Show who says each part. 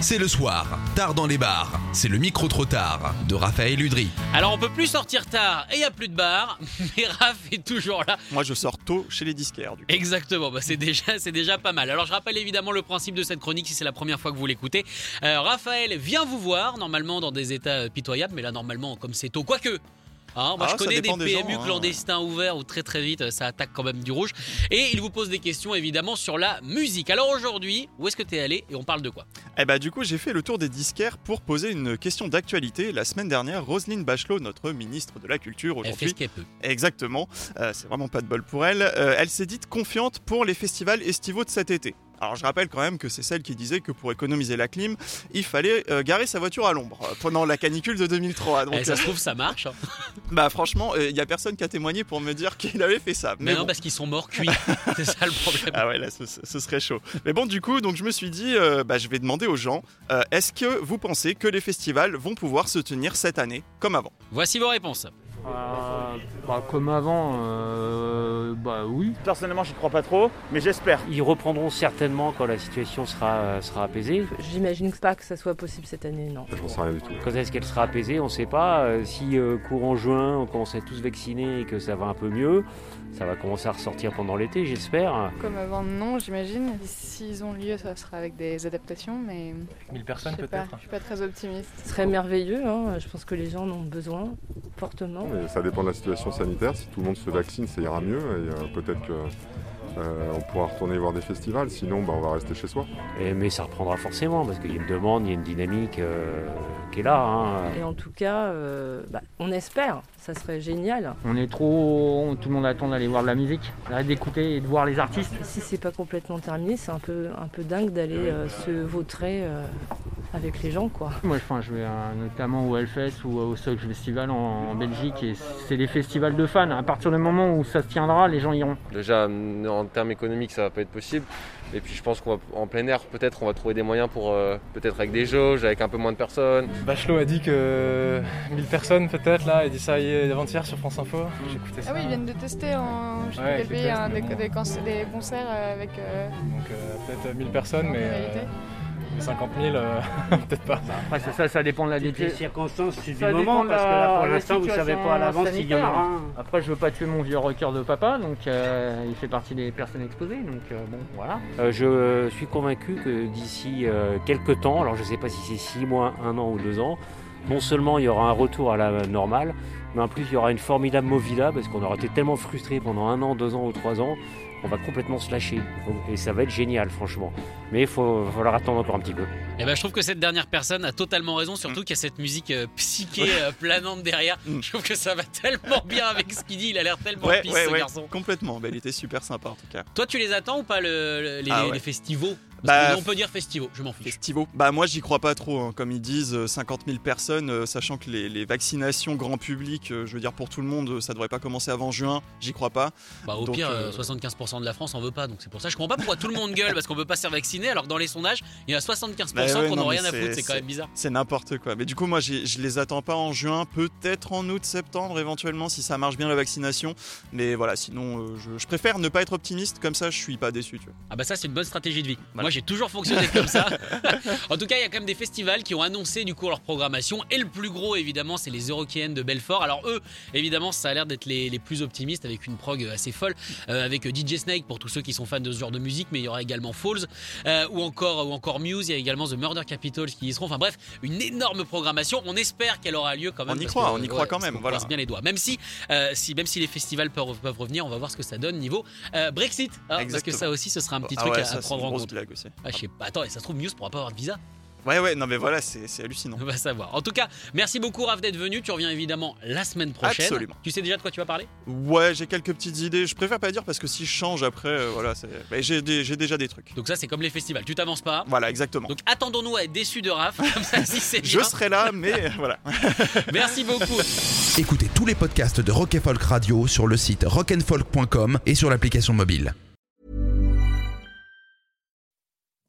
Speaker 1: C'est le soir, tard dans les bars, c'est le micro trop tard de Raphaël Udry.
Speaker 2: Alors on peut plus sortir tard et il n'y a plus de bar, mais Raph est toujours là.
Speaker 3: Moi, je sors tôt chez les disquaires. Du coup.
Speaker 2: Exactement, bah c'est déjà, c'est déjà pas mal. Alors je rappelle évidemment le principe de cette chronique si c'est la première fois que vous l'écoutez. Euh, Raphaël vient vous voir, normalement dans des états euh, pitoyables, mais là normalement comme c'est tôt, quoique. hein, moi
Speaker 3: Ah,
Speaker 2: je
Speaker 3: ça
Speaker 2: connais des
Speaker 3: dépend
Speaker 2: PMU
Speaker 3: des gens, hein.
Speaker 2: clandestins ouverts où très très vite euh, ça attaque quand même du rouge. Et il vous pose des questions évidemment sur la musique. Alors aujourd'hui, où est-ce que t'es allé et on parle de quoi
Speaker 3: Eh bah, du coup, j'ai fait le tour des disquaires pour poser une question d'actualité. La semaine dernière, Roselyne Bachelot, notre ministre de la Culture
Speaker 2: Elle fait Eh, ce
Speaker 3: aujourd'hui,
Speaker 2: qu'elle peut.
Speaker 3: exactement, euh, c'est vraiment pas de bol pour elle, euh, elle s'est dite confiante pour les festivals estivaux de cet été. Alors je rappelle quand même que c'est celle qui disait que pour économiser la clim, il fallait euh, garer sa voiture à l'ombre euh, pendant la canicule de 2003. Donc
Speaker 2: Eh, ça se trouve ça marche. hein.
Speaker 3: euh, bah franchement, il y a personne qui a témoigné pour me dire qu'il avait fait ça.
Speaker 2: Mais,
Speaker 3: Mais
Speaker 2: non
Speaker 3: bon.
Speaker 2: parce qu'ils sont morts cuits. c'est ça le problème.
Speaker 3: Ah ouais, là, ce, ce- ce serait chaud. Mais bon, du coup, donc je me suis dit, euh, bah, je vais demander aux gens, euh, est-ce que vous pensez que les festivals vont pouvoir se tenir cette année comme avant
Speaker 2: Voici vos réponses.
Speaker 4: Euh, bah, comme avant, euh, bah oui.
Speaker 5: Personnellement, je ne crois pas trop, mais j'espère.
Speaker 6: Ils reprendront certainement quand la situation sera, euh, sera apaisée.
Speaker 7: J'imagine pas que ça soit possible cette année, non.
Speaker 6: Quand est-ce qu'elle sera apaisée, on ne sait pas. Euh, Si euh, courant juin, on commence à être tous vaccinés et que ça va un peu mieux, ça va commencer à ressortir pendant l'été, j'espère.
Speaker 8: Comme avant, non, j'imagine. S'ils ont lieu, ça sera avec des adaptations, mais. 1000 personnes peut-être Je suis pas très optimiste.
Speaker 7: Ce serait merveilleux, hein. je pense que les gens en ont besoin fortement.
Speaker 9: Et ça dépend de la situation sanitaire. Si tout le monde se vaccine, ça ira mieux. Et euh, peut-être que euh, on pourra retourner voir des festivals. Sinon, bah, on va rester chez soi.
Speaker 6: Et- mais ça reprendra forcément, parce qu'il y a une demande, il y a une dynamique euh, qui est là. hein.
Speaker 7: Et en tout cas, euh, bah, on espère, ça serait génial.
Speaker 4: On est trop. on- tout le monde attend d'aller voir de la musique, d'arrêter d'écouter et de voir les artistes.
Speaker 7: Et si c'est pas complètement terminé, c'est un peu, un peu dingue d'aller euh, se vautrer euh, avec les gens, quoi.
Speaker 4: Moi, enfin, je vais euh, notamment au Hellfest ou au Soc Festival en, en Belgique et c'est des festivals de fans. À partir du moment où ça se tiendra, les gens iront.
Speaker 10: Déjà, en termes économiques, ça va pas être possible. Et puis, je pense qu'on va, en plein air, peut-être, on va trouver des moyens pour, euh, peut-être avec des jauges, avec un peu moins de personnes.
Speaker 5: Bachelot a dit que 1000 personnes peut-être, là, il dit ça avant-hier sur France Info. J'écoutais
Speaker 8: Ah oui, ils viennent de tester en. Je sais
Speaker 5: Ouais,
Speaker 8: plus quel
Speaker 5: ils
Speaker 8: pays, hein, des,
Speaker 5: testent, mais bon.
Speaker 8: des cons- des concerts euh, avec. euh,
Speaker 5: Donc peut-être 1000 personnes,
Speaker 8: mais, euh,
Speaker 5: 50 000, euh, peut-être pas.
Speaker 4: Après, c'est ça, ça dépend de la décision.
Speaker 6: circonstances, c'est
Speaker 4: Ça dépend de la- la situation sanitaire. hein.
Speaker 6: un.
Speaker 4: Après, je veux pas tuer mon vieux rocker de papa, donc euh, il fait partie des personnes exposées, donc euh, bon, voilà.
Speaker 6: Euh, je suis convaincu que d'ici euh, quelques temps, alors je ne sais pas si c'est 6 mois, 1 an ou 2 ans, non seulement il y aura un retour à la normale, mais en plus il y aura une formidable Movida parce qu'on aura été tellement frustrés pendant un an, deux ans ou trois ans, on va complètement se lâcher. Et ça va être génial, franchement. Mais il faut va falloir attendre encore un petit peu.
Speaker 2: Et ben, je trouve que cette dernière personne a totalement raison, surtout qu'il y a cette musique euh, psyché euh, planante derrière.
Speaker 3: Mm.
Speaker 2: Je trouve que ça va tellement bien avec ce qu'il dit. Il a l'air tellement pisse, ce garçon.
Speaker 3: complètement. Bah, il était super sympa en tout cas.
Speaker 2: Toi, tu les attends ou pas le- le- les,
Speaker 3: Ah ouais.
Speaker 2: les festivals Parce
Speaker 3: Bah,
Speaker 2: que On peut dire festivals, je m'en fiche.
Speaker 3: Festivo. Bah moi, j'y crois pas trop. hein. Comme ils disent, euh, 50 000 personnes, euh, sachant que les, les vaccinations grand public, euh, je veux dire pour tout le monde, euh, ça devrait pas commencer avant juin. J'y crois pas.
Speaker 2: Bah, au
Speaker 3: Donc,
Speaker 2: pire,
Speaker 3: euh,
Speaker 2: euh, 75% de la France en veut pas, donc c'est pour ça. Je comprends pas pourquoi tout le monde gueule parce qu'on veut pas se faire vacciner, alors que dans les sondages, il y en a 75%
Speaker 3: Bah ouais,
Speaker 2: qu'on n'a
Speaker 3: non, mais
Speaker 2: rien à
Speaker 3: c'est-
Speaker 2: foutre. C'est quand
Speaker 3: c'est-
Speaker 2: même bizarre.
Speaker 3: C'est n'importe quoi. Mais du coup, moi, j'ai- je les attends pas en juin, peut-être en août, septembre, éventuellement, si ça marche bien la vaccination. Mais voilà, sinon, euh, je, je préfère ne pas être optimiste, comme ça, je suis pas déçu. Tu vois.
Speaker 2: Ah bah ça c'est une bonne stratégie de vie.
Speaker 3: Voilà.
Speaker 2: Moi j'ai toujours fonctionné comme ça. en tout cas il y a quand même des festivals qui ont annoncé du coup leur programmation et le plus gros évidemment c'est les Eurokéennes de Belfort. Alors eux évidemment ça a l'air d'être les, les plus optimistes avec une prog assez folle euh, avec DJ Snake pour tous ceux qui sont fans de ce genre de musique mais il y aura également Falls euh, ou encore ou encore Muse il y a également The Murder Capitals qui y seront. Enfin bref une énorme programmation. On espère qu'elle aura lieu quand même.
Speaker 3: On y
Speaker 2: parce
Speaker 3: croit,
Speaker 2: que,
Speaker 3: on y croit quand
Speaker 2: parce
Speaker 3: même,
Speaker 2: qu'on
Speaker 3: voilà.
Speaker 2: croise bien les doigts. Même si, euh, si même si les festivals peuvent, peuvent revenir on va voir ce que ça donne niveau euh, Brexit. hein, parce que
Speaker 3: Exactement.
Speaker 2: ça aussi ce sera un petit
Speaker 3: Ah
Speaker 2: truc
Speaker 3: ouais,
Speaker 2: à,
Speaker 3: ça,
Speaker 2: à
Speaker 3: c'est une
Speaker 2: prendre en
Speaker 3: grosse
Speaker 2: compte.
Speaker 3: blague aussi.
Speaker 2: Ah, je sais pas. Attends, et ça se trouve, Muse pourra pas avoir de visa.
Speaker 3: Ouais, ouais, non, mais voilà, c'est c'est hallucinant.
Speaker 2: On va savoir. En tout cas, merci beaucoup Raph d'être venu. Tu reviens évidemment la semaine prochaine.
Speaker 3: Absolument.
Speaker 2: Tu sais déjà de quoi tu vas parler
Speaker 3: Ouais, j'ai quelques petites idées. Je préfère pas dire parce que si je change après, euh, voilà, c'est- mais j'ai des- j'ai déjà des trucs.
Speaker 2: Donc ça, c'est comme les festivals. Tu t'avances pas.
Speaker 3: Voilà, exactement.
Speaker 2: Donc attendons-nous à être déçus de Raph. Comme ça, si c'est
Speaker 3: je
Speaker 2: bien.
Speaker 3: serai là, mais euh, voilà.
Speaker 2: Merci beaucoup.
Speaker 1: Écoutez tous les podcasts de Rock and Folk Radio sur le site rockandfolk.com et sur l'application mobile.